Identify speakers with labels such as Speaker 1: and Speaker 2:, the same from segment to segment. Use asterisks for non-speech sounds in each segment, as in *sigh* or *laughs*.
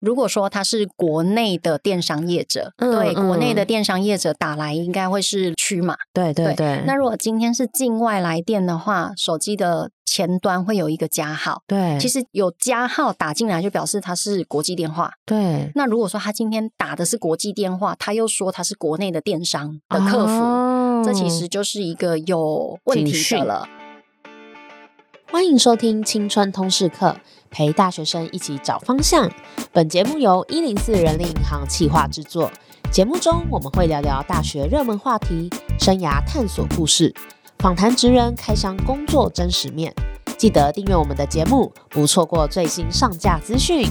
Speaker 1: 如果说他是国内的电商业者，
Speaker 2: 嗯
Speaker 1: 对国内的
Speaker 2: 嗯
Speaker 1: 电商业者打来，应该会是区嘛。
Speaker 2: 对对
Speaker 1: 对
Speaker 2: 对，
Speaker 1: 那如果今天是境外来电的话，手机的前端会有一个加号。
Speaker 2: 对，
Speaker 1: 其
Speaker 2: 实
Speaker 1: 实有加号打进来，就表示它是国际电话。
Speaker 2: 对
Speaker 1: 那如果说他今天打的是国际电话，他又说他是国内的电商的客服，
Speaker 2: 哦
Speaker 1: 这其实就是一个有问
Speaker 2: 警
Speaker 1: 题
Speaker 2: 讯
Speaker 1: 的了。
Speaker 2: 欢迎收听《青春通识课》，陪大学生一起找方向。本节目由一零四人力银行企划制作。节目中我们会聊聊大学热门话题、生涯探索故事，访谈职人开箱工作真实面。记得订阅我们的节目，不错过最新上架资讯。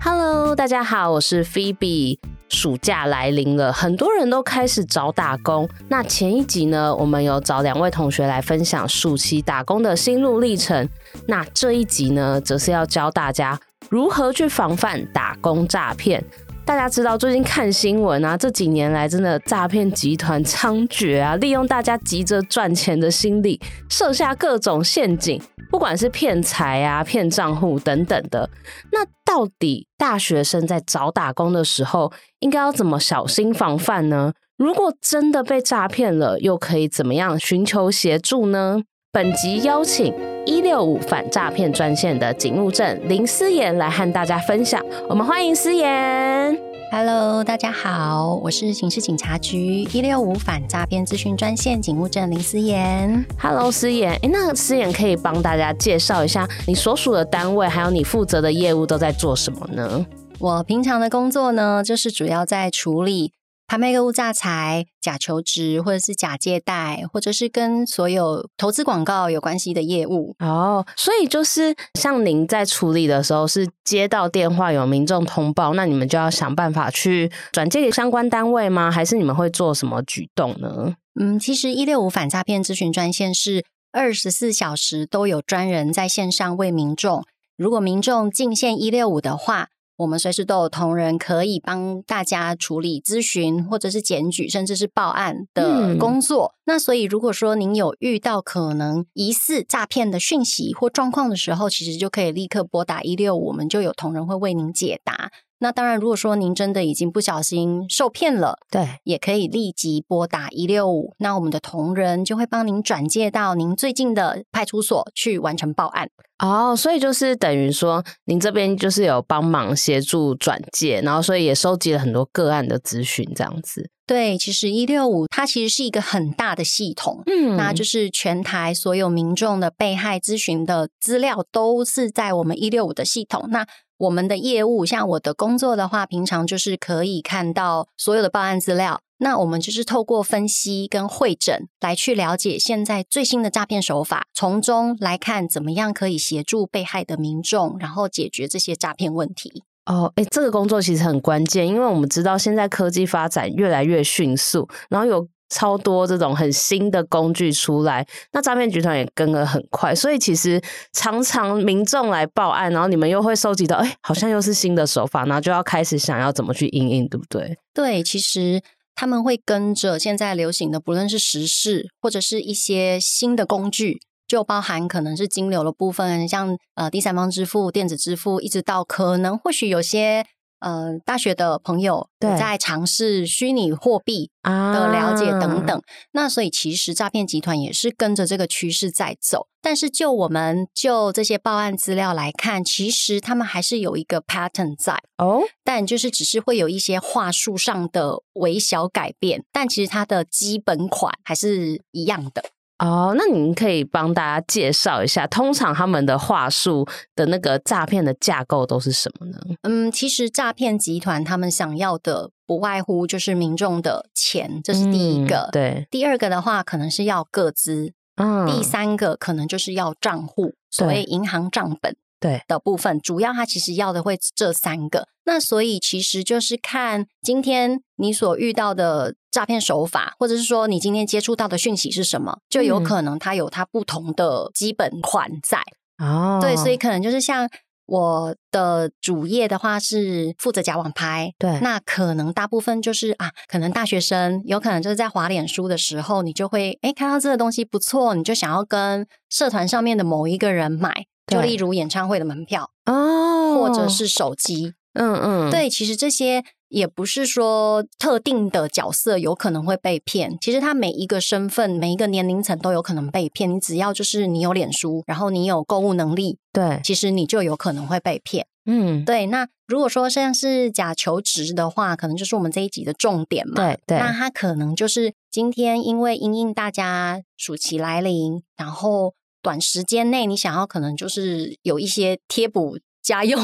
Speaker 3: Hello，大家好，我是 Phoebe。暑假来临了，很多人都开始找打工。那前一集呢，我们有找两位同学来分享暑期打工的心路历程。那这一集呢，则是要教大家如何去防范打工诈骗。大家知道，最近看新闻啊，这几年来真的诈骗集团猖獗啊，利用大家急着赚钱的心理，设下各种陷阱，不管是骗财啊、骗账户等等的。那到底大学生在找打工的时候，应该要怎么小心防范呢？如果真的被诈骗了，又可以怎么样寻求协助呢？本集邀请一六五反诈骗专线的警务证林思妍来和大家分享，我们欢迎思妍。
Speaker 1: Hello，大家好，我是刑事警察局一六五反诈骗咨询专线警务证林思妍。
Speaker 3: Hello，思妍，诶，那思妍可以帮大家介绍一下你所属的单位，还有你负责的业务都在做什么呢？
Speaker 1: 我平常的工作呢，就是主要在处理拍卖客户诈财、假求职，或者是假借贷，或者是跟所有投资广告有关系的业务。
Speaker 3: 哦，所以就是像您在处理的时候，是接到电话有民众通报，那你们就要想办法去转接给相关单位吗？还是你们会做什么举动呢？
Speaker 1: 嗯，其实一六五反诈骗咨询专线是二十四小时都有专人在线上为民众。如果民众进线一六五的话，我们随时都有同仁可以帮大家处理咨询或者是检举，甚至是报案的
Speaker 3: 嗯
Speaker 1: 工作。那所以，如果说您有遇到可能疑似诈骗的讯息或状况的时候，其实就可以立刻拨打一六五，我们就有同仁会为您解答。那当然，如果说您真的已经不小心受骗了，
Speaker 2: 对，
Speaker 1: 也可以立即拨打一六五，那我们的同仁就会帮您转介到您最近的派出所去完成报案。
Speaker 3: 哦，所以就是等于说，您这边就是有帮忙协助转介，然后所以也收集了很多个案的咨询，这样子。
Speaker 1: 对，其实一六五它其实是一个很大的系统，
Speaker 3: 嗯
Speaker 1: 那就是全台所有民众的被害咨询的资料都是在我们一六五的系统。那我们的业务，像我的工作的话，平常就是可以看到所有的报案资料。那我们就是透过分析跟会诊来去了解现在最新的诈骗手法，从中来看怎么样可以协助被害的民众，然后解决这些诈骗问题。
Speaker 3: 哦，哎，这个工作其实很关键，因为我们知道现在科技发展越来越迅速，然后有超多这种很新的工具出来，那诈骗集团也跟得很快，所以其实常常民众来报案，然后你们又会收集到，哎，好像又是新的手法，然后就要开始想要怎么去应应，对不对？
Speaker 1: 对，其实他们会跟着现在流行的，不论是时事或者是一些新的工具，就包含可能是金流的部分，像呃第三方支付、电子支付，一直到可能或许有些。呃，大学的朋友有
Speaker 2: 对
Speaker 1: 在尝试虚拟货币
Speaker 3: 啊
Speaker 1: 的了解等等，那所以其实诈骗集团也是跟着这个趋势在走。但是就我们就这些报案资料来看，其实他们还是有一个 pattern 在。
Speaker 3: 哦，
Speaker 1: 但就是只是会有一些话术上的微小改变，但其实它的基本款还是一样的。
Speaker 3: 哦，那您可以帮大家介绍一下，通常他们的话术的那个诈骗的架构都是什么呢？
Speaker 1: 嗯，其实诈骗集团他们想要的不外乎就是民众的钱，这是第一个。
Speaker 3: 嗯对，
Speaker 1: 第二个的话，可能是要个资；
Speaker 3: 嗯
Speaker 1: 第三个可能就是要账户，所谓银行账本。
Speaker 3: 对
Speaker 1: 的部分，主要它其实要的会这三个。那所以其实就是看今天你所遇到的诈骗手法，或者是说你今天接触到的讯息是什么，就有
Speaker 3: 嗯
Speaker 1: 可能它有它不同的基本款在。
Speaker 3: 哦，
Speaker 1: 对，所以可能就是像我的主业的话是负责假网拍，
Speaker 2: 对
Speaker 1: 那可能大部分就是啊，可能大学生有可能就是在滑脸书的时候，你就会哎看到这个东西不错，你就想要跟社团上面的某一个人买，就
Speaker 2: 对
Speaker 1: 例如演唱会的门票。
Speaker 3: 哦，
Speaker 1: 或者是手机。
Speaker 3: 嗯嗯，，
Speaker 1: 对，其实这些也不是说特定的角色有可能会被骗，其实他每一个身份、每一个年龄层都有可能被骗。你只要就是你有脸书，然后你有购物能力，
Speaker 3: 对，
Speaker 1: 其实你就有可能会被骗。
Speaker 3: 嗯，
Speaker 1: 对，那如果说像是假求职的话，可能就是我们这一集的重点嘛。
Speaker 3: 对对，
Speaker 1: 那他可能就是今天因为因应大家暑期来临，然后短时间内你想要可能就是有一些贴补家用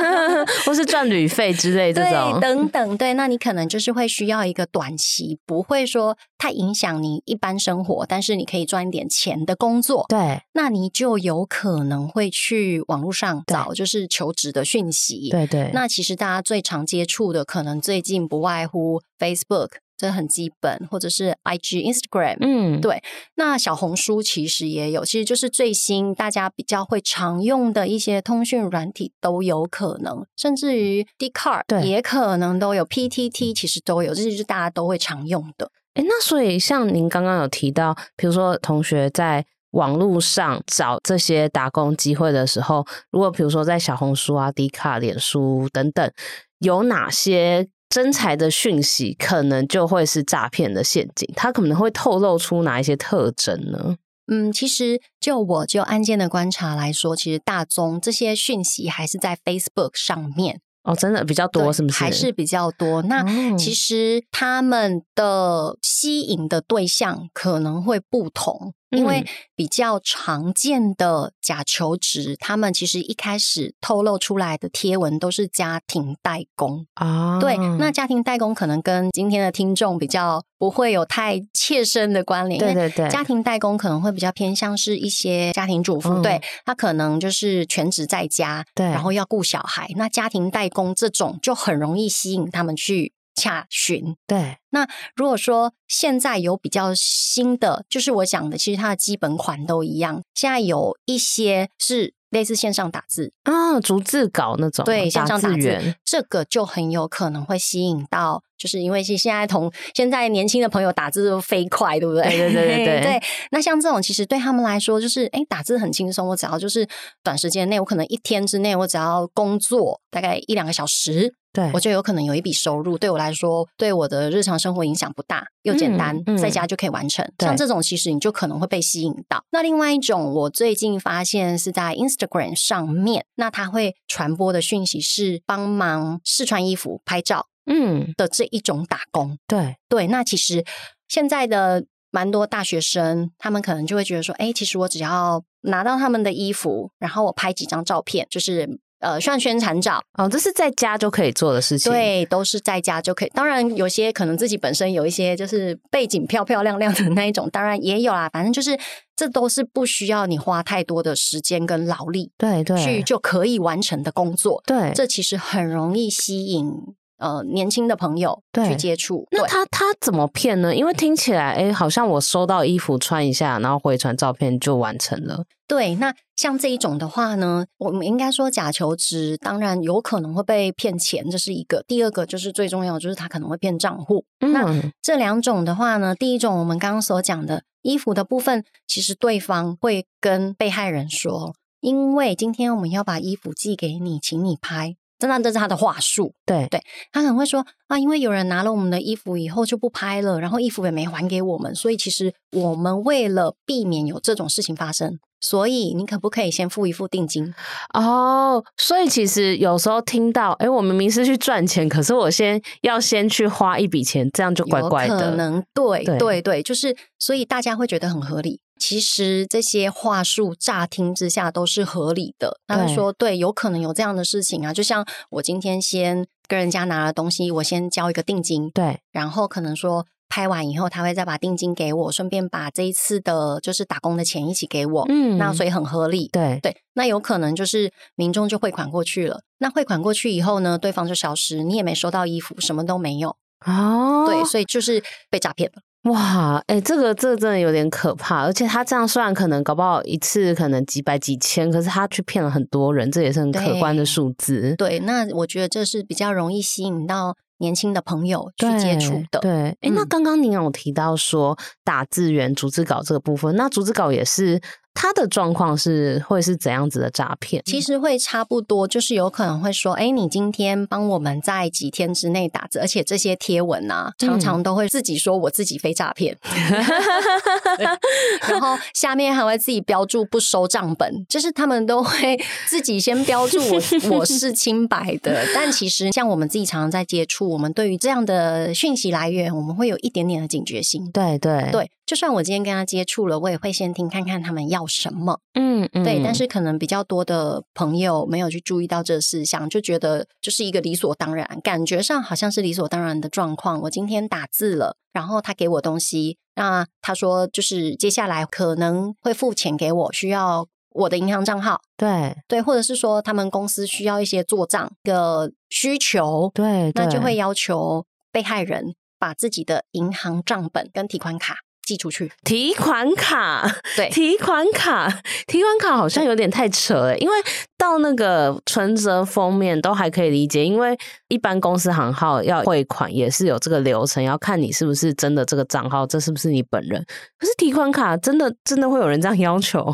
Speaker 3: *laughs* 或是赚旅费之类这
Speaker 1: 对，，
Speaker 3: 种
Speaker 1: 等等，对，那你可能就是会需要一个短期，不会说太影响你一般生活，但是你可以赚一点钱的工作，
Speaker 3: 对
Speaker 1: 那你就有可能会去网络上找就是求职的讯息。
Speaker 3: 对对，
Speaker 1: 那其实大家最常接触的，可能最近不外乎 Facebook，这很基本，或者是 IG、Instagram。
Speaker 3: 嗯
Speaker 1: 对那小红书其实也有，其实就是最新大家比较会常用的一些通讯软体都有可能，甚至于 d c a r
Speaker 3: 嗯对
Speaker 1: 也可能都有，PTT 其实都有，这些就是大家都会常用的。
Speaker 3: 哎，那所以像您刚刚有提到，比如说同学在网络上找这些打工机会的时候，如果比如说在小红书啊、迪卡、脸书等等，有哪些真才的讯息，可能就会是诈骗的陷阱？它可能会透露出哪一些特征呢？
Speaker 1: 嗯，其实就我就案件的观察来说，其实大宗这些讯息还是在 Facebook 上面
Speaker 3: 哦，真的比较
Speaker 1: 对
Speaker 3: 多，是不是？
Speaker 1: 还是比较多。那
Speaker 3: 哦
Speaker 1: 其实他们的吸引的对象可能会不同，因为
Speaker 3: 嗯
Speaker 1: 比较常见的假求职，他们其实一开始透露出来的贴文都是家庭代工。
Speaker 3: 啊，
Speaker 1: 对，那家庭代工可能跟今天的听众比较不会有太切身的关联，因为
Speaker 3: 对对对，
Speaker 1: 家庭代工可能会比较偏向是一些家庭主妇，
Speaker 3: 嗯
Speaker 1: 对她可能就是全职在家，
Speaker 3: 对
Speaker 1: 然后要顾小孩。那家庭代工这种就很容易吸引他们去洽询。
Speaker 3: 对
Speaker 1: 如果说现在有比较新的，就是我讲的，其实它的基本款都一样。现在有一些是类似线上打字，
Speaker 3: 啊，逐字稿那种，
Speaker 1: 对，线上打
Speaker 3: 员
Speaker 1: 字，这个就很有可能会吸引到，就是因为是现在同现在年轻的朋友打字都飞快，对不对？
Speaker 3: 对对对对对
Speaker 1: *laughs* 对。那像这种，其实对他们来说，就是哎，诶打字很轻松，我只要就是短时间内，我可能一天之内，我只要工作大概一两个小时，
Speaker 3: 对
Speaker 1: 我就有可能有一笔收入。对我来说，对我的日常生活影响不大，又简单，
Speaker 3: 嗯嗯
Speaker 1: 在家就可以完成。
Speaker 3: 对
Speaker 1: 像这种，其实你就可能会被吸引到。那另外一种，我最近发现是在 Instagram 上面，那它会传播的讯息是帮忙试穿衣服、拍照
Speaker 3: 嗯，
Speaker 1: 的这一种打工。
Speaker 3: 对
Speaker 1: 对，那其实现在的蛮多大学生，他们可能就会觉得说，哎，其实我只要拿到他们的衣服，然后我拍几张照片，就是呃，算宣传照，
Speaker 3: 哦，这是在家就可以做的事情，
Speaker 1: 对，都是在家就可以。当然，有些可能自己本身有一些就是背景漂漂亮亮的那一种，当然也有啦。反正就是这都是不需要你花太多的时间跟劳力
Speaker 3: 对对，
Speaker 1: 去就可以完成的工作。
Speaker 3: 对，
Speaker 1: 这其实很容易吸引呃年轻的朋友
Speaker 3: 对
Speaker 1: 去接触。
Speaker 3: 那
Speaker 1: 对
Speaker 3: 他他怎么骗呢？因为听起来，哎，好像我收到衣服穿一下，然后回传照片就完成了。
Speaker 1: 对，那像这一种的话呢，我们应该说假求职，当然有可能会被骗钱，这是一个；第二个就是最重要的，就是他可能会骗账户。那
Speaker 3: 嗯
Speaker 1: 这两种的话呢，第一种我们刚刚所讲的衣服的部分，其实对方会跟被害人说，因为今天我们要把衣服寄给你，请你拍。真的，这是他的话术。
Speaker 3: 对
Speaker 1: 对他可能会说啊，因为有人拿了我们的衣服以后就不拍了，然后衣服也没还给我们，所以其实我们为了避免有这种事情发生，所以你可不可以先付一付定金？
Speaker 3: 哦，所以其实有时候听到，哎，我明明是去赚钱，可是我先要先去花一笔钱，这样就怪怪
Speaker 1: 有可
Speaker 3: 的。
Speaker 1: 能对
Speaker 3: 对
Speaker 1: 对对，就是所以大家会觉得很合理。其实这些话术乍听之下都是合理的，他会
Speaker 3: 对
Speaker 1: 说对，有可能有这样的事情啊。就像我今天先跟人家拿了东西，我先交一个定金，
Speaker 3: 对
Speaker 1: 然后可能说拍完以后他会再把定金给我，顺便把这一次的就是打工的钱一起给我。
Speaker 3: 嗯
Speaker 1: 那所以很合理。
Speaker 3: 对
Speaker 1: 对，那有可能就是民众就汇款过去了。那汇款过去以后呢，对方就消失，你也没收到衣服，什么都没有。
Speaker 3: 哦，
Speaker 1: 对，所以就是被诈骗了。
Speaker 3: 哇，哎、这个这个真的有点可怕，而且他这样虽然可能搞不好一次可能几百几千，可是他去骗了很多人，这也是很可观的
Speaker 1: 对
Speaker 3: 数字。
Speaker 1: 对，那我觉得这是比较容易吸引到年轻的朋友去接触的。
Speaker 3: 对，哎、诶那
Speaker 1: 嗯
Speaker 3: 刚刚您有提到说打字员、逐字稿这个部分，那逐字稿也是他的状况是会是怎样子的诈骗？
Speaker 1: 其实会差不多，就是有可能会说，哎，你今天帮我们在几天之内打字，而且这些贴文啊，常常都会自己说我自己非诈骗，对然后下面还会自己标注不收账本，就是他们都会自己先标注我我是清白的，但其实像我们自己常常在接触，我们对于这样的讯息来源，我们会有一点点的警觉性。
Speaker 3: 对对，
Speaker 1: 对，就算我今天跟他接触了，我也会先听看看他们要什么。
Speaker 3: 嗯嗯
Speaker 1: 对，但是可能比较多的朋友没有去注意到这事项，就觉得就是一个理所当然，感觉上好像是理所当然的状况。我今天打字了，然后他给我东西，那他说就是接下来可能会付钱给我，需要我的银行账号，
Speaker 3: 对
Speaker 1: 对，或者是说他们公司需要一些做账的需求，
Speaker 3: 对，
Speaker 1: 那就
Speaker 3: 对
Speaker 1: 会要求被害人把自己的银行账本跟提款卡寄出去。
Speaker 3: 提款卡，
Speaker 1: 对
Speaker 3: 提款卡，提款卡好像有点太扯了，因为到那个存折封面都还可以理解，因为一般公司行号要汇款也是有这个流程，要看你是不是真的这个账号，这是不是你本人。可是提款卡真的真的会有人这样要求？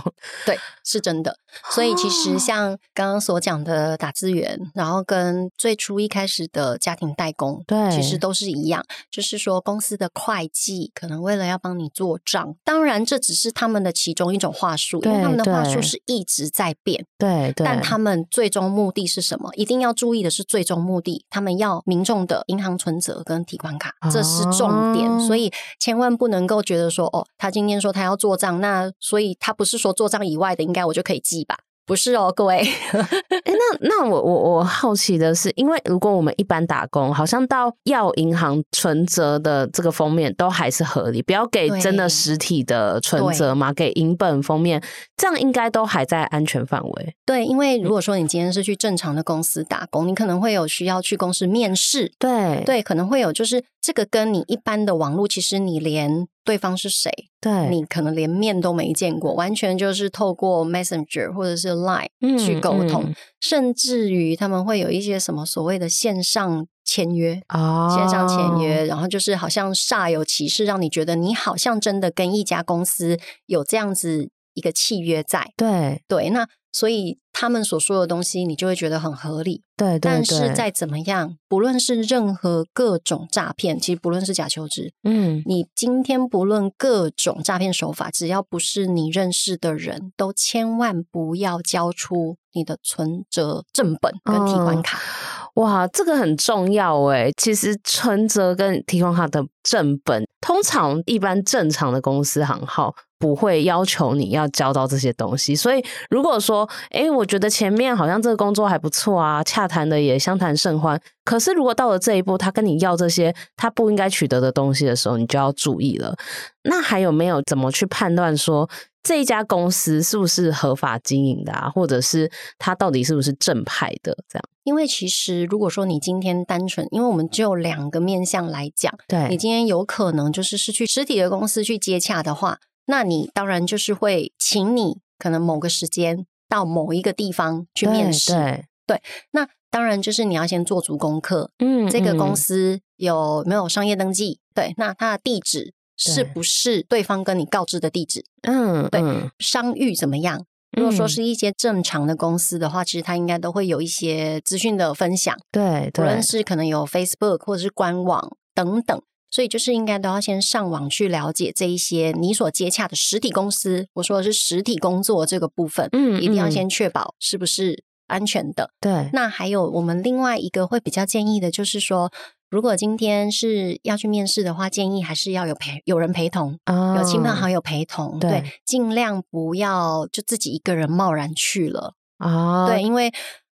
Speaker 1: 对，是真的。所以其
Speaker 3: 哦
Speaker 1: 实像刚刚所讲的打字员，然后跟最初一开始的家庭代工，
Speaker 3: 对
Speaker 1: 其实都是一样。就是说，公司的会计可能为了要帮你做账，当然这只是他们的其中一种话术，因为
Speaker 3: 对
Speaker 1: 他们的话
Speaker 3: 对
Speaker 1: 术是一直在变。
Speaker 3: 对对，
Speaker 1: 但他们最终目的是什么？一定要注意的是，最终目的他们要民众的银行存折跟提款卡，这是重点。
Speaker 3: 哦
Speaker 1: 所以千万不能够觉得说，哦，他今天说他要做账，那所以他不是说做账以外的，应该我就可以记吧？不是哦，各位。 *laughs*
Speaker 3: 哎，那那我我我好奇的是，因为如果我们一般打工，好像到要银行存折的这个封面都还是合理，不要给真的
Speaker 1: 对
Speaker 3: 实体的存折嘛，给银本封面，这样应该都还在安全范围。
Speaker 1: 对，因为如果说你今天是去正常的公司打工，你可能会有需要去公司面试，
Speaker 3: 对
Speaker 1: 对，可能会有就是这个跟你一般的网络，其实你连对方是谁，
Speaker 3: 对，
Speaker 1: 你可能连面都没见过，完全就是透过 Messenger 或者是 Line
Speaker 3: 嗯
Speaker 1: 去沟通，
Speaker 3: 嗯
Speaker 1: 甚至于他们会有一些什么所谓的线上签约。
Speaker 3: 哦
Speaker 1: 线上签约，然后就是好像煞有其事，让你觉得你好像真的跟一家公司有这样子一个契约在。
Speaker 3: 对
Speaker 1: 对，那所以他们所说的东西，你就会觉得很合理。
Speaker 3: 对对，
Speaker 1: 但是
Speaker 3: 对
Speaker 1: 再怎么样，不论是任何各种诈骗，其实不论是假求职，
Speaker 3: 嗯
Speaker 1: 你今天不论各种诈骗手法，只要不是你认识的人，都千万不要交出你的存折正本跟提
Speaker 3: 哦
Speaker 1: 款卡。
Speaker 3: 哇，这个很重要哎。其实存折跟提款卡的正本，通常一般正常的公司行号不会要求你要交到这些东西。所以如果说，哎、我觉得前面好像这个工作还不错啊，洽谈的也相谈甚欢。可是如果到了这一步，他跟你要这些他不应该取得的东西的时候，你就要注意了。那还有没有怎么去判断说这一家公司是不是合法经营的啊，或者是它到底是不是正派的？这样
Speaker 1: 因为其实如果说你今天单纯，因为我们只有两个面向来讲，
Speaker 3: 对
Speaker 1: 你今天有可能就是是去实体的公司去接洽的话，那你当然就是会请你可能某个时间到某一个地方去面试。
Speaker 3: 对，
Speaker 1: 那当然就是你要先做足功课，
Speaker 3: 嗯
Speaker 1: 这个公，司有没有商业登记？对，那它的地址是
Speaker 3: 对
Speaker 1: 不是对方跟你告知的地址？
Speaker 3: 嗯，
Speaker 1: 对
Speaker 3: 嗯
Speaker 1: 商誉怎么样？如果说
Speaker 3: 嗯
Speaker 1: 是一些正常的公司的话，其实它应该都会有一些资讯的分享，
Speaker 3: 对
Speaker 1: 不
Speaker 3: 对
Speaker 1: 论，是可能有 Facebook 或者是官网等等。所以就是应该都要先上网去了解这一些你所接洽的实体公司，我说的是实体工作这个部分，
Speaker 3: 嗯
Speaker 1: 一定要
Speaker 3: 嗯
Speaker 1: 先确保是不是安全的。
Speaker 3: 对，
Speaker 1: 那还有我们另外一个会比较建议的，就是说，如果今天是要去面试的话，建议还是要有陪有人陪同，
Speaker 3: 啊
Speaker 1: 有亲朋好友陪同，
Speaker 3: 对
Speaker 1: 对，尽量不要就自己一个人贸然去了，
Speaker 3: 啊，
Speaker 1: 对，因为。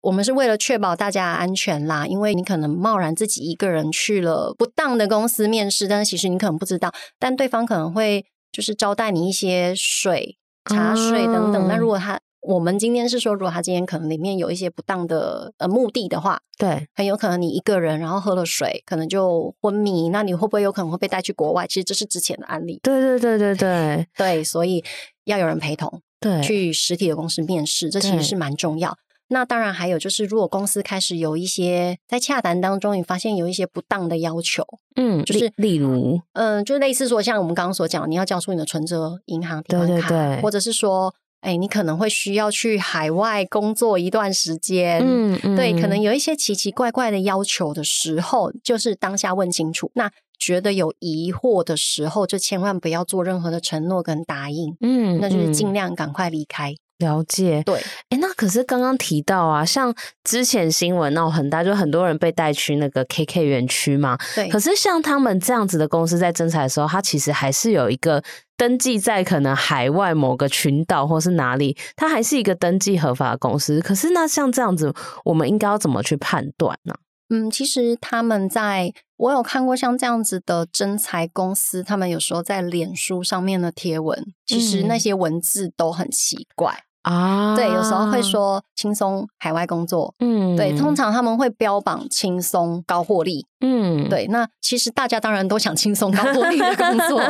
Speaker 1: 我们是为了确保大家安全啦，因为你可能贸然自己一个人去了不当的公司面试，但是其实你可能不知道，但对方可能会就是招待你一些水、茶水等等。那
Speaker 3: 嗯
Speaker 1: 如果他我们今天是说，如果他今天可能里面有一些不当的呃目的的话，
Speaker 3: 对
Speaker 1: 很有可能你一个人然后喝了水，可能就昏迷，那你会不会有可能会被带去国外？其实这是之前的案例，
Speaker 3: 对对对对对
Speaker 1: 对，所以要有人陪同
Speaker 3: 对，
Speaker 1: 去实体的公司面试，这其实
Speaker 3: 对
Speaker 1: 是蛮重要。那当然还有就是，如果公司开始有一些在洽谈当中，你发现有一些不当的要求，呃
Speaker 3: 嗯，
Speaker 1: 就
Speaker 3: 例
Speaker 1: 是
Speaker 3: 例如，
Speaker 1: 嗯，就类似说像我们刚刚所讲，你要交出你的存折、银行提
Speaker 3: 对
Speaker 1: 款
Speaker 3: 对
Speaker 1: 卡，
Speaker 3: 对
Speaker 1: 或者是说。哎，你可能会需要去海外工作一段时间，
Speaker 3: 嗯，嗯
Speaker 1: 对，可能有一些奇奇怪怪的要求的时候，就是当下问清楚。那觉得有疑惑的时候，就千万不要做任何的承诺跟答应，
Speaker 3: 嗯
Speaker 1: 那就是
Speaker 3: 嗯
Speaker 1: 尽量赶快离开。
Speaker 3: 了解。
Speaker 1: 对，
Speaker 3: 哎，那可是刚刚提到啊，像之前新闻闹很大，就很多人被带去那个 KK 园区嘛。
Speaker 1: 对，
Speaker 3: 可是像他们这样子的公司在征才的时候，它其实还是有一个登记在可能海外某个群岛或是哪里，它还是一个登记合法的公司。可是那像这样子，我们应该要怎么去判断呢、
Speaker 1: 嗯，其实他们在我有看过像这样子的真才公司，他们有时候在脸书上面的贴文，其实那
Speaker 3: 嗯
Speaker 1: 些文字都很奇怪。
Speaker 3: 啊？
Speaker 1: 对，有时候会，说轻松海外工作，
Speaker 3: 嗯
Speaker 1: 对，通，常他们会标榜轻松高获利。
Speaker 3: 嗯，
Speaker 1: 对，那其实大家当然都想轻松高
Speaker 3: *laughs*
Speaker 1: 获利的工作，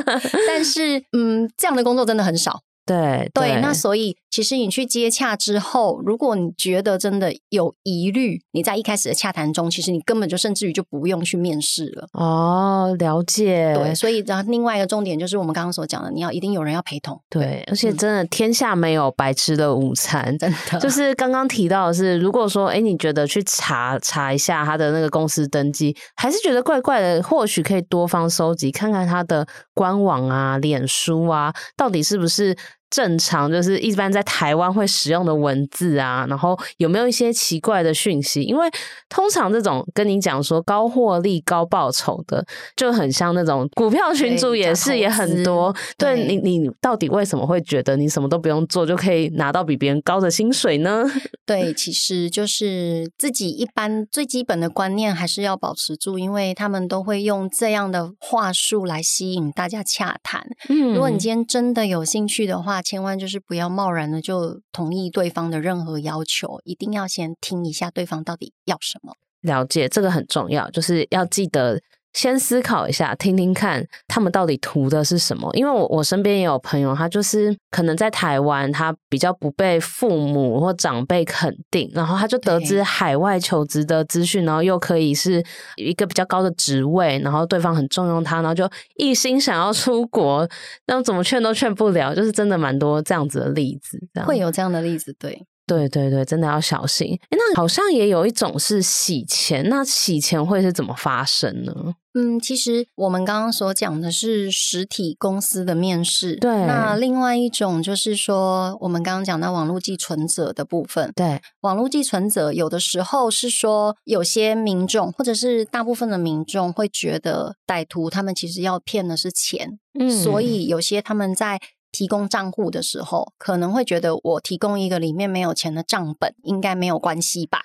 Speaker 1: 但是嗯，这样的工作真的很少。
Speaker 3: 对
Speaker 1: 对，那所以其实你去接洽之后，如果你觉得真的有疑虑，你在一开始的洽谈中，其实你根本就甚至于就不用去面试了。
Speaker 3: 哦，了解，
Speaker 1: 对，所以然后另外一个重点就是我们刚刚所讲的，你要一定有人要陪同，
Speaker 3: 对，而且
Speaker 1: 嗯
Speaker 3: 真的天下没有白吃的午餐。
Speaker 1: 真 *laughs* 的
Speaker 3: 就是刚刚提到的是，如果说哎，诶你觉得去查查一下他的那个公司登记，还是觉得怪怪的，或许可以多方收集，看看他的官网啊、脸书啊，到底是不是正常，就是一般在台湾会使用的文字啊，然后有没有一些奇怪的讯息？因为通常这种跟你讲说高获利、高报酬的，就很像那种股票群
Speaker 1: 对
Speaker 3: 主也
Speaker 1: 讲
Speaker 3: 是
Speaker 1: 投
Speaker 3: 也很
Speaker 1: 资
Speaker 3: 多，哦对
Speaker 1: 对
Speaker 3: 你，你到底为什么会觉得你什么都不用做就可以拿到比别人高的薪水呢？
Speaker 1: 对，其实就是自己一般最基本的观念还是要保持住，因为他们都会用这样的话术来吸引大家洽谈。
Speaker 3: 嗯
Speaker 1: 如果你今天真的有兴趣的话，千万就是不要贸然的就同意对方的任何要求，一定要先听一下对方到底要什么。
Speaker 3: 了解这个很重要，就是要记得先思考一下，听听看他们到底图的是什么。因为我我身边也有朋友，他就是可能在台湾，他比较不被父母或长辈肯定，然后他就得知
Speaker 1: 对
Speaker 3: 海外求职的资讯，然后又可以是一个比较高的职位，然后对方很重用他，然后就一心想要出国，那怎么劝都劝不了，就是真的蛮多这样子的例子，这样
Speaker 1: 会有这样的例子，对，
Speaker 3: 对对对，真的要小心。诶那好像也有一种是洗钱，那洗钱会是怎么发生呢？
Speaker 1: 嗯，其实我们刚刚所讲的是实体公司的面试，
Speaker 3: 对
Speaker 1: 那另外一种就是说，我们刚刚讲到网络寄存者的部分，
Speaker 3: 对，
Speaker 1: 网络寄存者有的时候是说，有些民众或者是大部分的民众会觉得歹徒他们其实要骗的是钱，
Speaker 3: 嗯
Speaker 1: 所以有些他们在提供账户的时候，可能会觉得我提供一个里面没有钱的账本应该没有关系吧？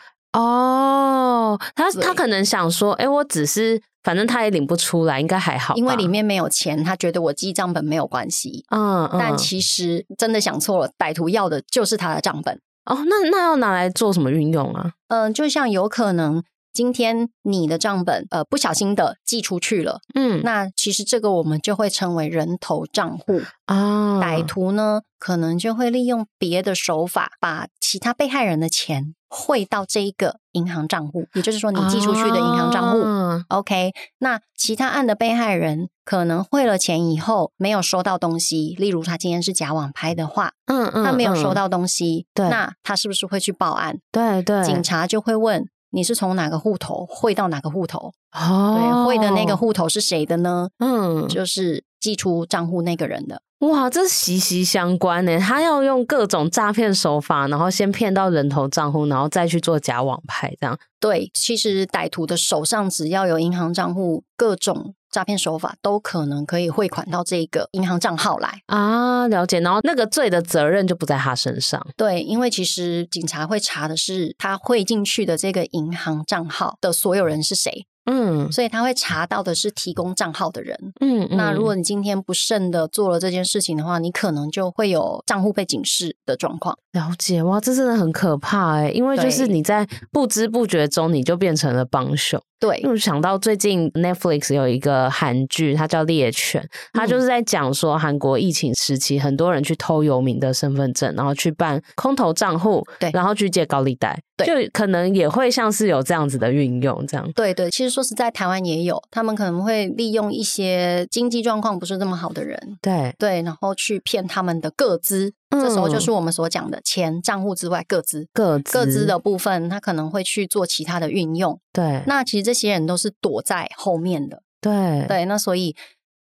Speaker 3: 哦，他
Speaker 1: 对
Speaker 3: 他可能想说，哎，我只是反正他也领不出来，应该还好吧，
Speaker 1: 因为里面没有钱，他觉得我记账本没有关系。
Speaker 3: 嗯，嗯
Speaker 1: 但其实真的想错了，歹徒要的就是他的账本。
Speaker 3: 哦，那那要拿来做什么运用啊？
Speaker 1: 嗯、就像有可能今天你的账本呃不小心的寄出去了，
Speaker 3: 嗯
Speaker 1: 那其实这个我们就会称为人头账户。
Speaker 3: 啊，
Speaker 1: 歹徒呢，可能就会利用别的手法，把其他被害人的钱汇到这一个银行账户，也就是说你寄出去的银行账户。
Speaker 3: 啊
Speaker 1: OK，那其他案的被害人可能汇了钱以后没有收到东西，例如他今天是假网拍的话，
Speaker 3: 嗯嗯，
Speaker 1: 他没有收
Speaker 3: 嗯，
Speaker 1: 到东西，
Speaker 3: 对
Speaker 1: 那他是不是会去报案？
Speaker 3: 对对，
Speaker 1: 警察就会问你是从哪个户头汇到哪个户头？
Speaker 3: 哦
Speaker 1: 对，，汇的那个，户头是谁的呢？
Speaker 3: 嗯，
Speaker 1: 就是寄出账户那个人的。
Speaker 3: 哇，这息息相关呢。他要用各种诈骗手法，然后先骗到人头账户，然后再去做假网拍，这样。
Speaker 1: 对，其实歹徒的手上只要有银行账户，各种诈骗手法都可能可以汇款到这个银行账号来。
Speaker 3: 啊，了解。然后那个罪的责任就不在他身上。
Speaker 1: 对，因为其实警察会查的是他汇进去的这个银行账号的所有人是谁，
Speaker 3: 嗯
Speaker 1: 所以他会查到的是提供账号的人。
Speaker 3: 嗯
Speaker 1: 那如果
Speaker 3: 嗯
Speaker 1: 你今天不慎的做了这件事情的话，你可能就会有账户被警示的状况。
Speaker 3: 了解，哇，这真的很可怕哎，因为就是
Speaker 1: 对
Speaker 3: 你在不知不觉中，你就变成了帮凶。
Speaker 1: 对
Speaker 3: 因为，我想到最近 Netflix 有一个韩剧，它叫《猎犬》，它
Speaker 1: 嗯
Speaker 3: 就是在讲说韩国疫情时期，很多人去偷游民的身份证，然后去办空头账户，
Speaker 1: 对
Speaker 3: 然后去借高利贷。就可能也会像是有这样子的运用，这样
Speaker 1: 对对，其实说实在，台湾也有，他们可能会利用一些经济状况不是这么好的人，
Speaker 3: 对，
Speaker 1: 对，然后去骗他们的个资。这时候就
Speaker 3: 嗯
Speaker 1: 是我们所讲的钱账户之外个资，
Speaker 3: 各
Speaker 1: 个资
Speaker 3: 自
Speaker 1: 的部分，他可能会去做其他的运用。
Speaker 3: 对
Speaker 1: 那其实这些人都是躲在后面的，
Speaker 3: 对
Speaker 1: 对，那所以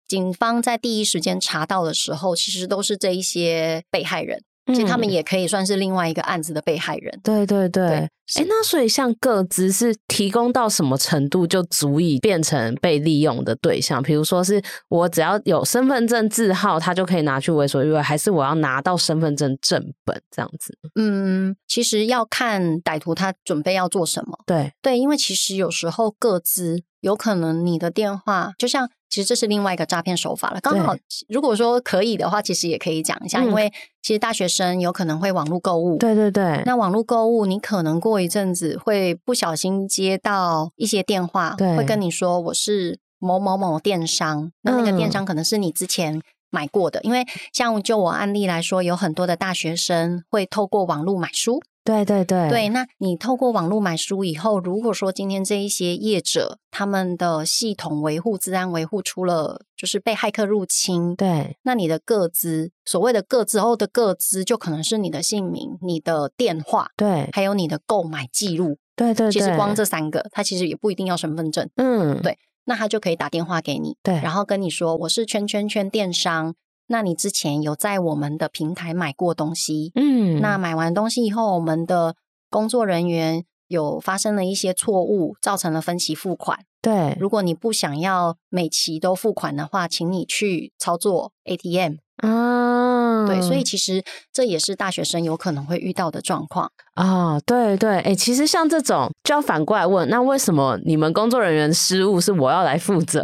Speaker 1: 警方在第一时间查到的时候，其实都是这一些被害人，其实他们
Speaker 3: 嗯
Speaker 1: 也可以算是另外一个案子的被害人。
Speaker 3: 对对
Speaker 1: 对
Speaker 3: 对，哎、
Speaker 1: 是
Speaker 3: 那所以像各资是提供到什么程度就足以变成被利用的对象？比如说是我只要有身份证字号，他就可以拿去为所欲为，还是我要拿到身份证正本这样子？
Speaker 1: 嗯，其实要看歹徒他准备要做什么。
Speaker 3: 对，
Speaker 1: 对，因为其实有时候各自有可能你的电话，就像其实这是另外一个诈骗手法了。刚好如果说可以的话，其实也可以讲一下，
Speaker 3: 嗯
Speaker 1: 因为其实大学生有可能会网络购物。
Speaker 3: 对对对，
Speaker 1: 那网络购物，你可能过一阵子会不小心接到一些电话，
Speaker 3: 对
Speaker 1: 会跟你说我是某某某电商，那那个电
Speaker 3: 嗯
Speaker 1: 商可能是你之前。买过的，因为像就我案例来说，有很多的大学生会透过网络买书，
Speaker 3: 对对对
Speaker 1: 对，那你透过网络买书以后，如果说今天这一些业者他们的系统维护、治安维护出了就是被骇客入侵，
Speaker 3: 对
Speaker 1: 那你的个资，所谓的个资后的个资，就可能是你的姓名、你的电话，
Speaker 3: 对
Speaker 1: 还有你的购买记录。
Speaker 3: 对对，
Speaker 1: 其实
Speaker 3: 对
Speaker 1: 光这三个，它其实也不一定要身份证，
Speaker 3: 嗯
Speaker 1: 对那他就可以打电话给你，
Speaker 3: 对，
Speaker 1: 然后跟你说我是圈圈圈电商，那你之前有在我们的平台买过东西，
Speaker 3: 嗯
Speaker 1: 那买完东西以后，我们的工作人员有发生了一些错误，造成了分期付款。
Speaker 3: 对
Speaker 1: 如果你不想要每期都付款的话，请你去操作 ATM。
Speaker 3: 啊
Speaker 1: 对，所以其实这也是大学生有可能会遇到的状况。
Speaker 3: 啊、对对，哎，其实像这种就要反过来问，那为什么你们工作人员失误是我要来负责？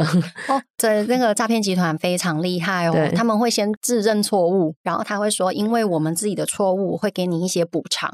Speaker 1: 哦，这那个诈骗集团非常厉害
Speaker 3: 对
Speaker 1: 哦，他们会先自认错误，然后他会说，因为我们自己的错误会给你一些补偿。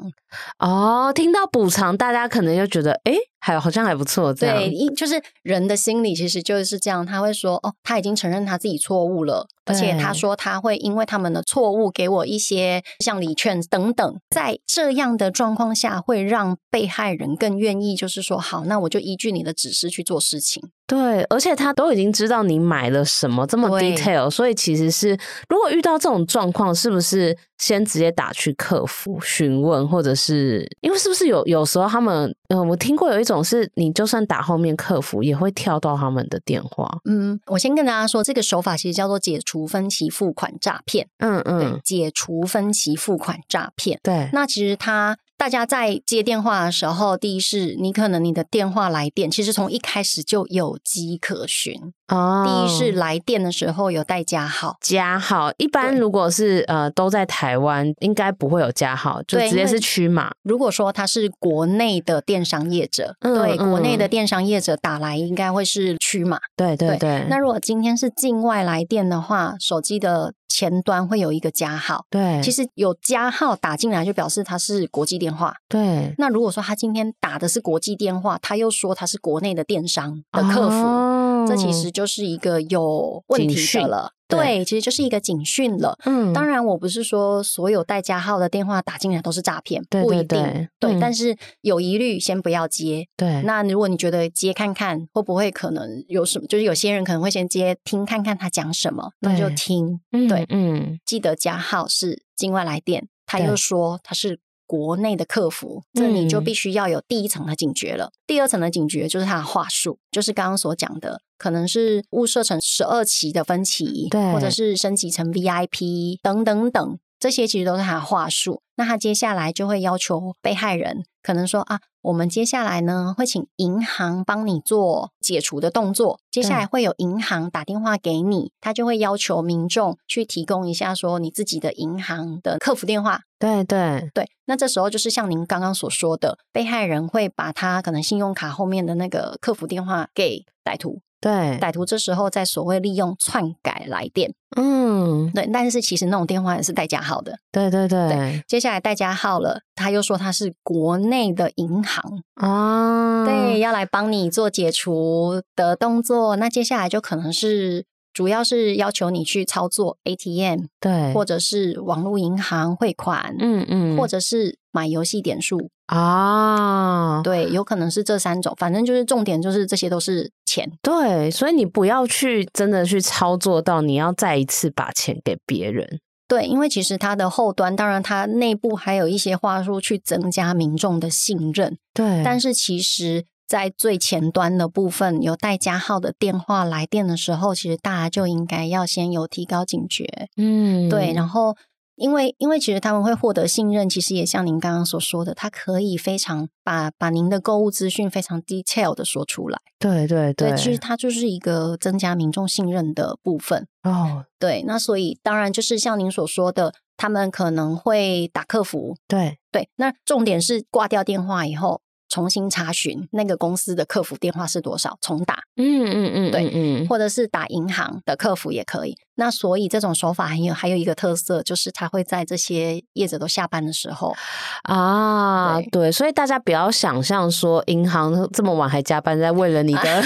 Speaker 3: 哦，听到补偿，大家可能就觉得，哎、还好像还不错，这样
Speaker 1: 对，一就是人的心理其实就是这样，他会说哦，他已经承认他自己错误了，而且
Speaker 3: 对
Speaker 1: 他说他会因为他们的错误给我一些像礼券等等，在这样的状况下，会让被害人更愿意就是说好，那我就依据你的指示去做事情。
Speaker 3: 对，而且他都已经知道你买了什么，这么
Speaker 1: 对
Speaker 3: detail，所以其实是如果遇到这种状况，是不是先直接打去客服询问，或者是因为是不是有有时候他们，嗯，我听过有一种是你就算打后面客服也会跳到他们的电话，
Speaker 1: 嗯，我先跟大家说，这个手法其实叫做解除分期付款诈骗。
Speaker 3: 嗯
Speaker 1: 对
Speaker 3: 嗯，，
Speaker 1: 解除分期付款诈骗。
Speaker 3: 对，
Speaker 1: 那其实他大家在接电话的时候，第一是你可能你的电话来电，其实从一开始就有迹可循。
Speaker 3: 哦
Speaker 1: 第一是来电的时候有带加号。
Speaker 3: 加号，一般
Speaker 1: 对
Speaker 3: 如果是呃都在台湾，应该不会有加号，就
Speaker 1: 对
Speaker 3: 直接
Speaker 1: 因为
Speaker 3: 是区码，
Speaker 1: 如果说他是国内的电商业者，
Speaker 3: 嗯
Speaker 1: 对国内的
Speaker 3: 嗯
Speaker 1: 电商业者打来应该会是区码。
Speaker 3: 对对
Speaker 1: 对
Speaker 3: 对，
Speaker 1: 那如果今天是境外来电的话，手机的前端会有一个加号。
Speaker 3: 对，
Speaker 1: 其实有加号打进来，就表示它是国际电话。
Speaker 3: 对
Speaker 1: 那如果说他今天打的是国际电话，他又说他是国内的电商的客服，
Speaker 3: 哦
Speaker 1: 这其实就是一个有问
Speaker 3: 警
Speaker 1: 题
Speaker 3: 讯
Speaker 1: 的了。
Speaker 3: 对
Speaker 1: 对，其实就是一个警讯了。
Speaker 3: 嗯
Speaker 1: 当然，我不是说所有带加号的电话打进来都是诈骗，
Speaker 3: 对
Speaker 1: 不一
Speaker 3: 对
Speaker 1: 定。
Speaker 3: 对嗯
Speaker 1: 但是有疑虑先不要接。
Speaker 3: 对，
Speaker 1: 那如果你觉得接看看会不会可能有什么，就是有些人可能会先接听看看他讲什么，那就
Speaker 3: 对
Speaker 1: 听。
Speaker 3: 嗯
Speaker 1: 对
Speaker 3: 嗯，
Speaker 1: 记得加号是境外来电，他
Speaker 3: 对
Speaker 1: 又说他是国内的客服，这你就
Speaker 3: 嗯
Speaker 1: 必须要有第一层的警觉了。第二层的警觉就是他的话术，就是刚刚所讲的，可能是误设成十二期的分歧，
Speaker 3: 对
Speaker 1: 或者是升级成 VIP 等等等。这些其实都是他的话术，那他接下来就会要求被害人可能说啊，我们接下来呢会请银行帮你做解除的动作，接下来会有银行打电话给你，他就会要求民众去提供一下说你自己的银行的客服电话。
Speaker 3: 对对
Speaker 1: 对，那这时候就是像您刚刚所说的，被害人会把他可能信用卡后面的那个客服电话给歹徒，
Speaker 3: 对，
Speaker 1: 歹徒这时候在所谓利用篡改来电，
Speaker 3: 嗯，
Speaker 1: 对，但是其实那种电话也是代加号的。
Speaker 3: 对对对，
Speaker 1: 接下来代加号了，他又说他是国内的银行，
Speaker 3: 啊，
Speaker 1: 对，要来帮你做解除的动作。那接下来就可能是主要是要求你去操作 ATM
Speaker 3: 对，
Speaker 1: 或者是网络银行汇款，
Speaker 3: 嗯嗯，
Speaker 1: 或者是买游戏点数。
Speaker 3: 啊，
Speaker 1: 对，有可能是这三种，反正就是重点就是这些都是钱。
Speaker 3: 对，所以你不要去真的去操作到你要再一次把钱给别人。
Speaker 1: 对，因为其实它的后端，当然它内部还有一些话术去增加民众的信任，
Speaker 3: 对
Speaker 1: 但是其实，在最前端的部分，有带加号的电话来电的时候，其实大家就应该要先有提高警觉。
Speaker 3: 嗯
Speaker 1: 对，
Speaker 3: 后
Speaker 1: 然后因为因为其实他们会获得信任，其实也像您刚刚所说的，他可以非常把把您的购物资讯非常 detail 的说出来。
Speaker 3: 对对
Speaker 1: 对，其实它就是一个增加民众信任的部分。
Speaker 3: 哦，
Speaker 1: 对，那所以当然就是像您所说的，他们可能会打客服。
Speaker 3: 对，
Speaker 1: 对，那重点是挂掉电话以后，重新查询那个公司的客服电话是多少，重打，
Speaker 3: 嗯嗯嗯，
Speaker 1: 对
Speaker 3: 嗯嗯，
Speaker 1: 或者是打银行的客服也可以。那所以这种手法很有还有一个特色，就是它会在这些业者都下班的时候，
Speaker 3: 啊，
Speaker 1: 对
Speaker 3: 对，所以大家不要想象说银行这么晚还加班，在为了
Speaker 1: *laughs*
Speaker 3: 你的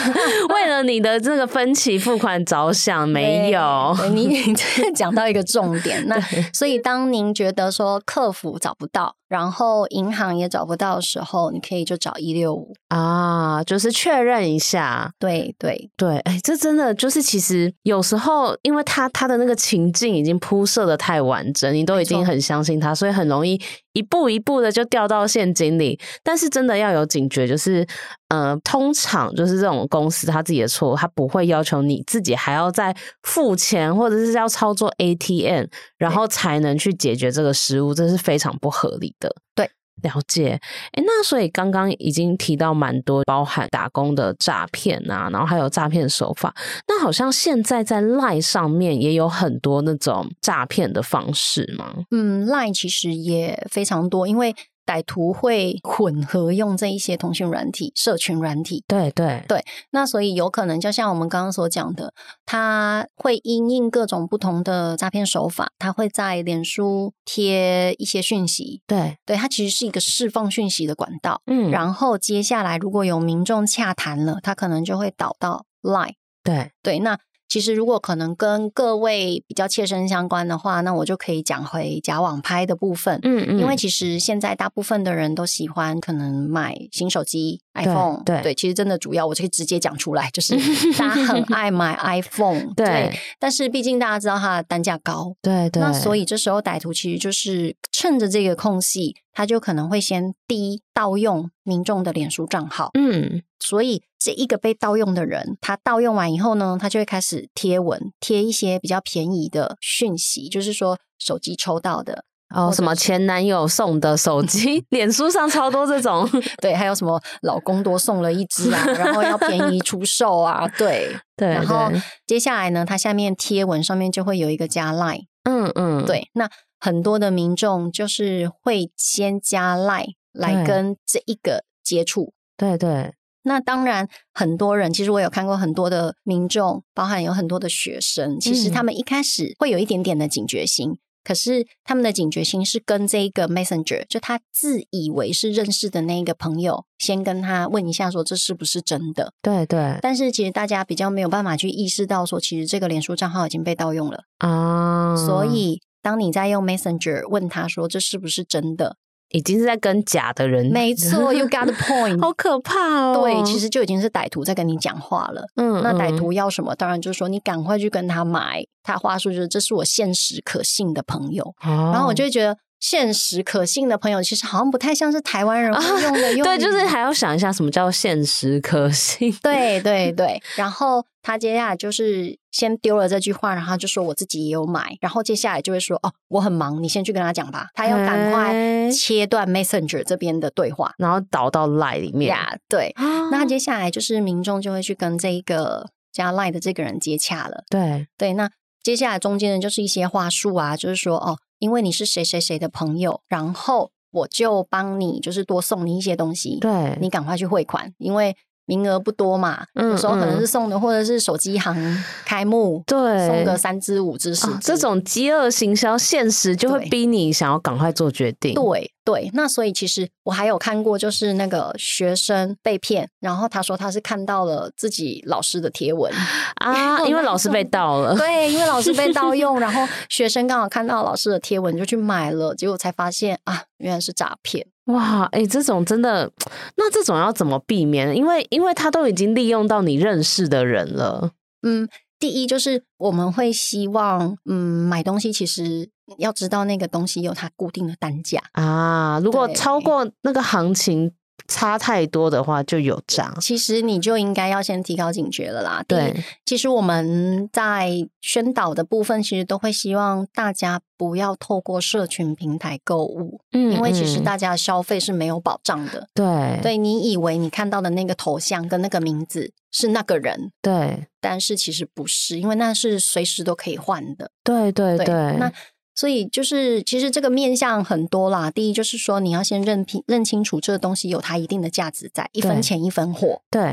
Speaker 3: 为了你的这个分期付款着想，没有， *laughs*
Speaker 1: 对对你你 *laughs* 这个讲到一个重点。那所以当您觉得说客服找不到，然后银行也找不到的时候，你可以就找一六五。
Speaker 3: 啊，就是确认一下，
Speaker 1: 对对
Speaker 3: 对，哎，这真的就是，其实有时候，因为他他的那个情境已经铺设的太完整，你都已经
Speaker 1: 错
Speaker 3: 很相信他，所以很容易一步一步的就掉到陷阱里。但是真的要有警觉，就是呃，通常就是这种公司他自己的错误，他不会要求你自己还要再付钱，或者是要操作 ATM，然后才能去解决这个失误，这是非常不合理的。
Speaker 1: 对。
Speaker 3: 了解，哎，那所以刚刚已经提到蛮多，包含打工的诈骗啊，然后还有诈骗手法。那好像现在在 Line 上面也有很多那种诈骗的方式嘛。
Speaker 1: 嗯，Line 其实也非常多，因为歹徒会混合用这一些通讯软体、社群软体，
Speaker 3: 对对
Speaker 1: 那所以有可能就像我们刚刚所讲的，它会因应各种不同的诈骗手法，它会在脸书贴一些讯息，
Speaker 3: 对，
Speaker 1: 对，它其实是一个释放讯息的管道。
Speaker 3: 嗯然后
Speaker 1: 然后接下来如果有民众洽谈了，他可能就会导到 Line。
Speaker 3: 对
Speaker 1: 对，那其实如果可能跟各位比较切身相关的话，那我就可以讲回假网拍的部分。
Speaker 3: 嗯嗯
Speaker 1: 因为其实现在大部分的人都喜欢可能买新手机
Speaker 3: 对
Speaker 1: iPhone，
Speaker 3: 对
Speaker 1: 其实真的主要我就可以直接讲出来，就是
Speaker 3: *laughs*
Speaker 1: 大家很爱买 iPhone，
Speaker 3: 对
Speaker 1: 但是毕竟大家知道它的单价高，
Speaker 3: 对对，
Speaker 1: 那所
Speaker 3: 以
Speaker 1: 以这时候歹徒其实就是趁着这个空隙，他就可能会先第一盗用民众的脸书账号，
Speaker 3: 嗯
Speaker 1: 所以这一个被盗用的人，他盗用完以后呢，他就会开始贴文，贴一些比较便宜的讯息，就是说手机抽到的，
Speaker 3: 哦
Speaker 1: 或
Speaker 3: 什么
Speaker 1: 者是
Speaker 3: 前男友送的 *laughs* 手机，脸书上超多这 *laughs* 种，
Speaker 1: 对，还有什么老公多送了一只啊，然后要便宜出售啊，对。
Speaker 3: *laughs* 对
Speaker 1: 然后
Speaker 3: 对
Speaker 1: 接下来呢，它下面贴文上面就会有一个加 line，
Speaker 3: 嗯嗯，
Speaker 1: 对，那很多的民众就是会先加 line 来
Speaker 3: 对
Speaker 1: 跟这一个接触。
Speaker 3: 对对
Speaker 1: 那当然，很多人其实我有看过很多的民众，包含有很多的学生，其实
Speaker 3: 嗯
Speaker 1: 他们一开始会有一点点的警觉心，可是他们的警觉心是跟这一个 messenger，就他自以为是认识的那一个朋友，先跟他问一下说这是不是真的。
Speaker 3: 对对
Speaker 1: 但是其实大家比较没有办法去意识到说，其实这个脸书账号已经被盗用了，
Speaker 3: 啊，
Speaker 1: 所以。当你在用 Messenger 问他说这是不是真的，
Speaker 3: 已经是在跟假的人，
Speaker 1: 没错，You
Speaker 3: *laughs*
Speaker 1: got the point，
Speaker 3: 嗯好可怕哦。
Speaker 1: 对，其实就已经是歹徒在跟你讲话了。
Speaker 3: 嗯，嗯
Speaker 1: 那歹徒要什么？当然就是说你赶快去跟他买。他话术就是这是我现实可信的朋友，然
Speaker 3: 然
Speaker 1: 后我就会觉得现实可信的朋友其实好像不太像是台湾人会用的用语、
Speaker 3: *laughs* 对，就是还要想一下什么叫现实可信。
Speaker 1: 对对对。然后他接下来就是先丢了这句话，然后他就说我自己也有买，然后接下来就会说哦我很忙，你先去跟他讲吧。他要赶
Speaker 3: 哎
Speaker 1: 快切断 Messenger 这边的对话
Speaker 3: 然后导到 Line 里面。啊
Speaker 1: 呀对。那
Speaker 3: 那
Speaker 1: 接下来就是民众就会去跟这一个加 Line 的这个人接洽了。
Speaker 3: 对
Speaker 1: 对，那接下来中间的就是一些话术啊，就是说哦，因为你是谁谁谁的朋友，然后我就帮你，就是多送你一些东西，
Speaker 3: 对，
Speaker 1: 你赶快去汇款，因为名额不多嘛，
Speaker 3: 嗯
Speaker 1: 有时候可能
Speaker 3: 嗯
Speaker 1: 是送的，或者是手机
Speaker 3: *laughs*
Speaker 1: 行开幕，
Speaker 3: 对
Speaker 1: 送个三支五支十
Speaker 3: 啊
Speaker 1: 支
Speaker 3: 这。种饥饿行销，现实就会
Speaker 1: 对
Speaker 3: 逼你想要赶快做决定。
Speaker 1: 对对，那所以其实我还有看过，就是那个学生被骗，然后他说他是看到了自己老师的贴文，
Speaker 3: 啊，因为老师
Speaker 1: *laughs*
Speaker 3: 被盗 *laughs* 了。
Speaker 1: 对，因为老师被盗用，然后学生刚好看到老师的贴文就去买了，结果才发现啊，原来是诈骗。
Speaker 3: 哇，哎、这种真的，那这种要怎么避免？因为因为他都已经利用到你认识的人了，
Speaker 1: 嗯，第一就是我们会希望，嗯，买东西其实要知道那个东西有它固定的单价。
Speaker 3: 啊，如果
Speaker 1: 对
Speaker 3: 超过那个行情差太多的话，就有涨。
Speaker 1: 其实你就应该要先提高警觉了啦。第一
Speaker 3: 嗯对，
Speaker 1: 其实我们在宣导的部分，其实都会希望大家不要透过社群平台购物，
Speaker 3: 嗯
Speaker 1: 因为其实
Speaker 3: 嗯
Speaker 1: 大家的消费是没有保障的。
Speaker 3: 对
Speaker 1: 对你以为你看到的那个头像跟那个名字是那个人，
Speaker 3: 对
Speaker 1: 但是其实不是，因为那是随时都可以换的。
Speaker 3: 对对对，
Speaker 1: 那所以就是其实这个面向很多啦。第一就是说，你要先认清认清楚这个东西有它一定的价值在，一
Speaker 3: 对
Speaker 1: 分钱一分货。
Speaker 3: 对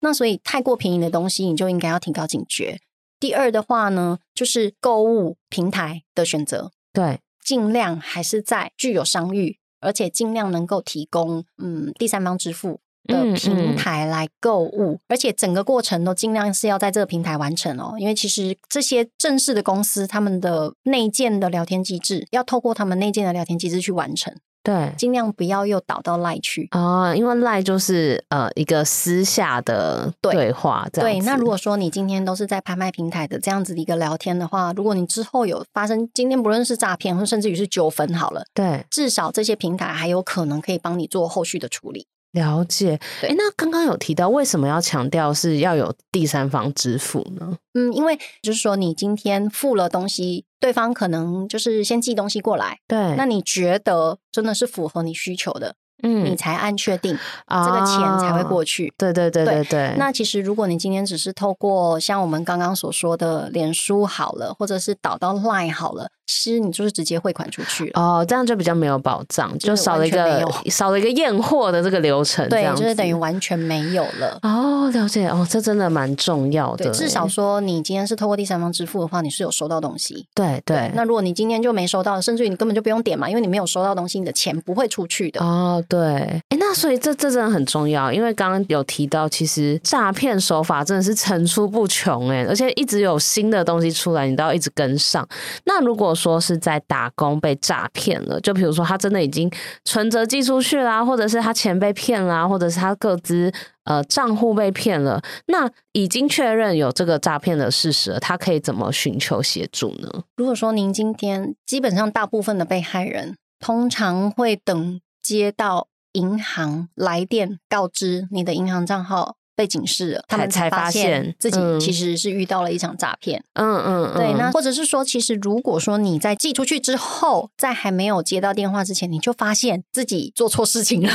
Speaker 1: 那所以太过便宜的东西，你就应该要提高警觉。第二的话呢，就是购物平台的选择，
Speaker 3: 对
Speaker 1: 尽量还是在具有商誉，而且尽量能够提供嗯第三方支付的
Speaker 3: 嗯
Speaker 1: 平
Speaker 3: 嗯
Speaker 1: 台来购物，而且整个过程都尽量是要在这个平台完成哦。因为其实这些正式的公司，他们的内建的聊天机制，要透过他们内建的聊天机制去完成，
Speaker 3: 对
Speaker 1: 尽量不要又导到赖去。
Speaker 3: 哦，因为赖就是呃一个私下的
Speaker 1: 对
Speaker 3: 对话这样
Speaker 1: 对，
Speaker 3: 子。
Speaker 1: 那如果说你今天都是在拍卖平台的这样子的一个聊天的话，如果你之后有发生今天不论是诈骗，或甚至于是纠纷好了，
Speaker 3: 对
Speaker 1: 至少这些平台还有可能可以帮你做后续的处理。
Speaker 3: 了解，
Speaker 1: 对
Speaker 3: 诶，那刚刚有提到为什么要强调是要有第三方支付呢？
Speaker 1: 嗯，因为就是说你今天付了东西，对方可能就是先寄东西过来，
Speaker 3: 对，
Speaker 1: 那你觉得真的是符合你需求的，你
Speaker 3: 嗯，
Speaker 1: 才按确定这个钱才会过
Speaker 3: 去。
Speaker 1: 去。
Speaker 3: 对对对对
Speaker 1: 对
Speaker 3: 对，
Speaker 1: 那其实，如果你今天只是透过像我们刚刚所说的脸书好了，或者是导到 Line 好了，其实你就是直接汇款出去了。
Speaker 3: 哦，这样就比较没有保障，
Speaker 1: 就
Speaker 3: 就是少了
Speaker 1: 完
Speaker 3: 一
Speaker 1: 全没
Speaker 3: 个
Speaker 1: 有
Speaker 3: 少了一个验货的这个流程，这
Speaker 1: 对，
Speaker 3: 样
Speaker 1: 就是等于
Speaker 3: 子
Speaker 1: 完全没有了。
Speaker 3: 哦，了解哦，这真的蛮重要
Speaker 1: 对，
Speaker 3: 的，欸
Speaker 1: 至少说你今天是透过第三方支付的话，你是有收到东西。
Speaker 3: 对对。
Speaker 1: 那如果你今天就没收到，甚至于你根本就不用点嘛，因为你没有收到东西，你的钱不会出去的。
Speaker 3: 哦，对，哎，那所以这这真的很重要，因为刚刚有提到，其实诈骗手法真的是层出不穷，哎，而且一直有新的东西出来，你都要一直跟上。那如果说是在打工被诈骗了，就比如说他真的已经存折寄出去啦，或者是他钱被骗啦，或者是他各自呃账户被骗了，那已经确认有这个诈骗的事实了，他可以怎么寻求协助呢？
Speaker 1: 如果说您今天基本上大部分的被害人，通常会等接到银行来电告知你的银行账号被警示了，他们
Speaker 3: 才
Speaker 1: 发
Speaker 3: 发现
Speaker 1: 自己
Speaker 3: 嗯
Speaker 1: 其实是遇到了一场诈骗。
Speaker 3: 嗯嗯，
Speaker 1: 对，
Speaker 3: 嗯
Speaker 1: 那或者是说，其实如果说你在寄出去之后，在还没有接到电话之前，你就发现自己做错事情了， *laughs*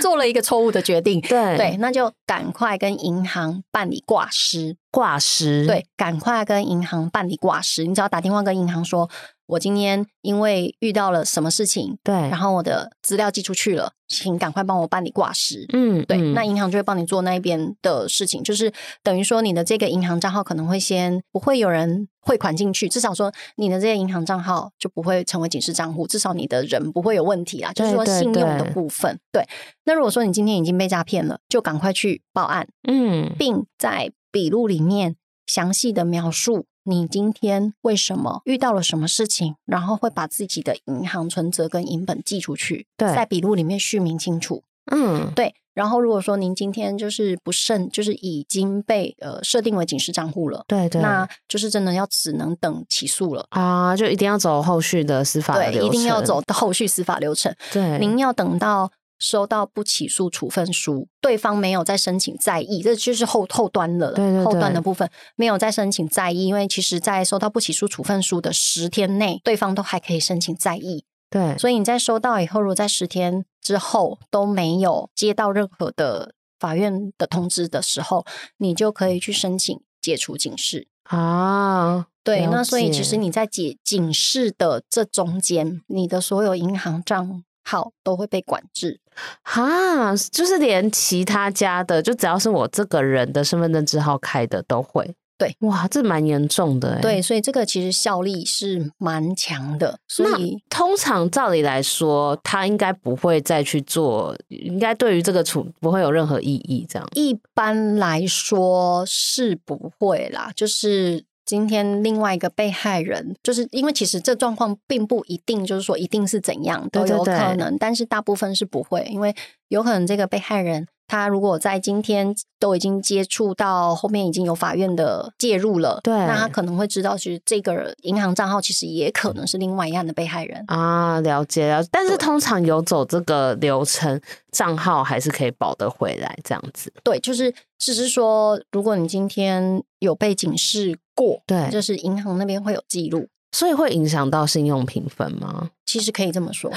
Speaker 1: 做了一个错误的决定。
Speaker 3: *laughs* 对
Speaker 1: 对，那就赶快跟银行办理挂失。
Speaker 3: 挂失
Speaker 1: 对，赶快跟银行办理挂失。你只要打电话跟银行说，我今天因为遇到了什么事情，
Speaker 3: 对，
Speaker 1: 然后我的资料寄出去了，请赶快帮我办理挂失。
Speaker 3: 嗯，
Speaker 1: 对，
Speaker 3: 嗯
Speaker 1: 那银行就会帮你做那边的事情，就是等于说你的这个银行账号可能会先不会有人汇款进去，至少说你的这些银行账号就不会成为警示账户，至少你的人不会有问题啦。就是
Speaker 3: 对
Speaker 1: 说
Speaker 3: 对
Speaker 1: 信用的
Speaker 3: 对
Speaker 1: 部分，对。那如果说你今天已经被诈骗了，就赶快去报案，
Speaker 3: 嗯，
Speaker 1: 并在笔录里面详细的描述你今天为什么遇到了什么事情，然后会把自己的银行存折跟银本寄出去，
Speaker 3: 对
Speaker 1: 在笔录里面续明清楚。
Speaker 3: 嗯，
Speaker 1: 对，然后如果说您今天就是不慎，就是已经被呃设定为警示账户了，
Speaker 3: 对对，
Speaker 1: 那就是真的要只能等起诉了。
Speaker 3: 啊，就一定要走后续的司法流
Speaker 1: 对，
Speaker 3: 程，
Speaker 1: 一定要走到后续司法流程。
Speaker 3: 对，
Speaker 1: 您要等到收到不起诉处分书，对方没有再申请再议，这就是后后端了啦，
Speaker 3: 对对
Speaker 1: 后端
Speaker 3: 对
Speaker 1: 的部分没有再申请再议，因为其实，在收到不起诉处分书的十天内，对方都还可以申请再议，
Speaker 3: 对
Speaker 1: 所以你在收到以后，如果在十天之后都没有接到任何的法院的通知的时候，你就可以去申请解除警示。
Speaker 3: 啊，
Speaker 1: 对，
Speaker 3: 了
Speaker 1: 那所以其
Speaker 3: 解
Speaker 1: 实你在解警示的这中间，你的所有银行账号都会被管制。
Speaker 3: 哈，就是连其他家的，就只要是我这个人的身份证字号开的都会，
Speaker 1: 对，
Speaker 3: 哇，这蛮严重的，欸
Speaker 1: 对，。所以这个其实效力是蛮强的，所
Speaker 3: 那
Speaker 1: 以
Speaker 3: 通常照理来说，他应该不会再去做，应该对于这个处不会有任何意义。这样
Speaker 1: 一般来说是不会啦，就是今天另外一个被害人，就是因为其实这状况并不一定就是说一定是怎样都
Speaker 3: 对对
Speaker 1: 有可
Speaker 3: 对
Speaker 1: 能，但是大部分是不会，因为有可能这个被害人他如果在今天都已经接触到后面已经有法院的介入了，
Speaker 3: 对
Speaker 1: 那他可能会知道，其实这个银行账号其实也可能是另外一案的被害人。
Speaker 3: 啊，了解了解。但是
Speaker 1: 对
Speaker 3: 通常有走这个流程，账号还是可以保得回来这样子。
Speaker 1: 对，就是只是说，如果你今天有被警示过，
Speaker 3: 对
Speaker 1: 就是银行那边会有记录，
Speaker 3: 所以会影响到信用评分吗？
Speaker 1: 其实可以这么说。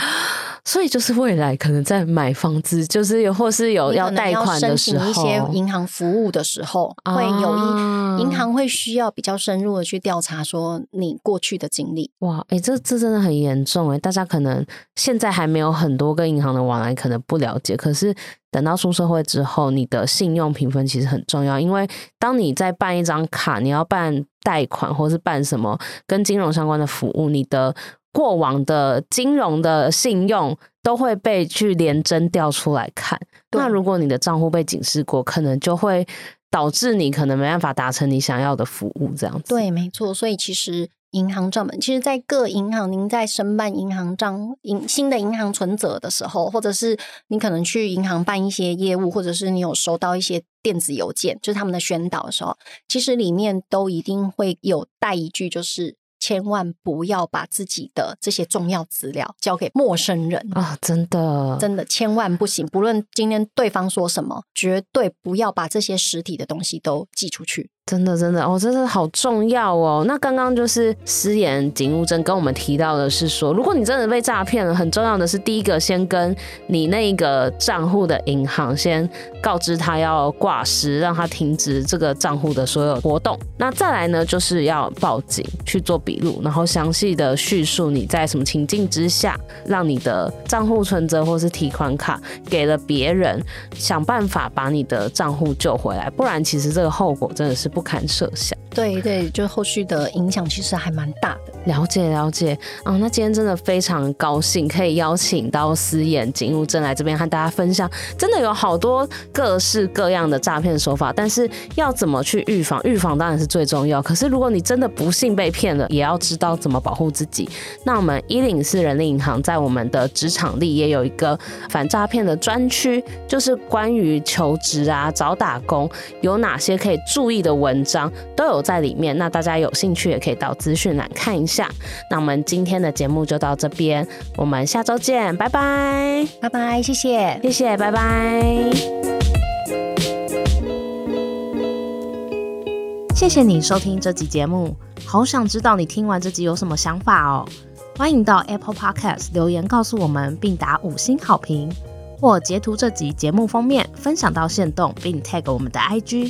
Speaker 3: 所以就是未来可能在买房子，就是有或是有
Speaker 1: 你可能
Speaker 3: 哦贷款
Speaker 1: 申
Speaker 3: 的时
Speaker 1: 请
Speaker 3: 候，
Speaker 1: 一些银行服务的时候，会有
Speaker 3: 啊
Speaker 1: 一银行会需要比较深入的去调查，说你过去的经历。
Speaker 3: 哇，哎、这这真的很严重哎、大家可能现在还没有很多跟银行的往来，可能不了解。可是等到出社会之后，你的信用评分其实很重要，因为当你在办一张卡，你要办贷款或是办什么跟金融相关的服务，你的过往的金融的信用都会被去连征调出来看。
Speaker 1: 对
Speaker 3: 那如果你的账户被警示过，可能就会导致你可能没办法达成你想要的服务，这样子。
Speaker 1: 对，没错。所以其实银行账本，其实，在各银行您在申办银行账银新的银行存折的时候，或者是你可能去银行办一些业务，或者是你有收到一些电子邮件，就是他们的宣导的时候，其实里面都一定会有带一句，就是。千万不要把自己的这些重要资料交给陌生人
Speaker 3: 啊，真的，
Speaker 1: 真的千万不行，不论今天对方说什么，绝对不要把这些实体的东西都寄出去。
Speaker 3: 真的，真的哦，真的好重要哦。那刚刚就是思妍警务证跟我们提到的是说，如果你真的被诈骗了，很重要的是第一个先跟你那个账户的银行先告知他要挂失，让他停止这个账户的所有活动。那再来呢，就是要报警去做笔录，然后详细的叙述你在什么情境之下，让你的账户存折或是提款卡给了别人，想办法把你的账户救回来，不然其实这个后果真的是不堪设想。
Speaker 1: 对对，就后续的影响其实还蛮大的。
Speaker 3: 了解了解啊、那今天真的非常高兴可以邀请到思妍警务证来这边和大家分享，真的有好多各式各样的诈骗手法，但是要怎么去预防？预防当然是最重要，可是如果你真的不幸被骗了，也要知道怎么保护自己。那我们一零四人力银行在我们的职场里也有一个反诈骗的专区，就是关于求职啊、找打工有哪些可以注意的文章都有在里面。那大家有兴趣也可以到资讯栏看一下。那我们今天的节目就到这边，我们下周见，拜拜，
Speaker 1: 拜拜，谢谢。
Speaker 3: 谢谢，拜拜。
Speaker 2: 谢谢你收听这集节目，好想知道你听完这集有什么想法哦。欢迎到 Apple Podcast 留言告诉我们，并打五星好评，或截图这集节目封面分享到线动，并 tag 我们的 IG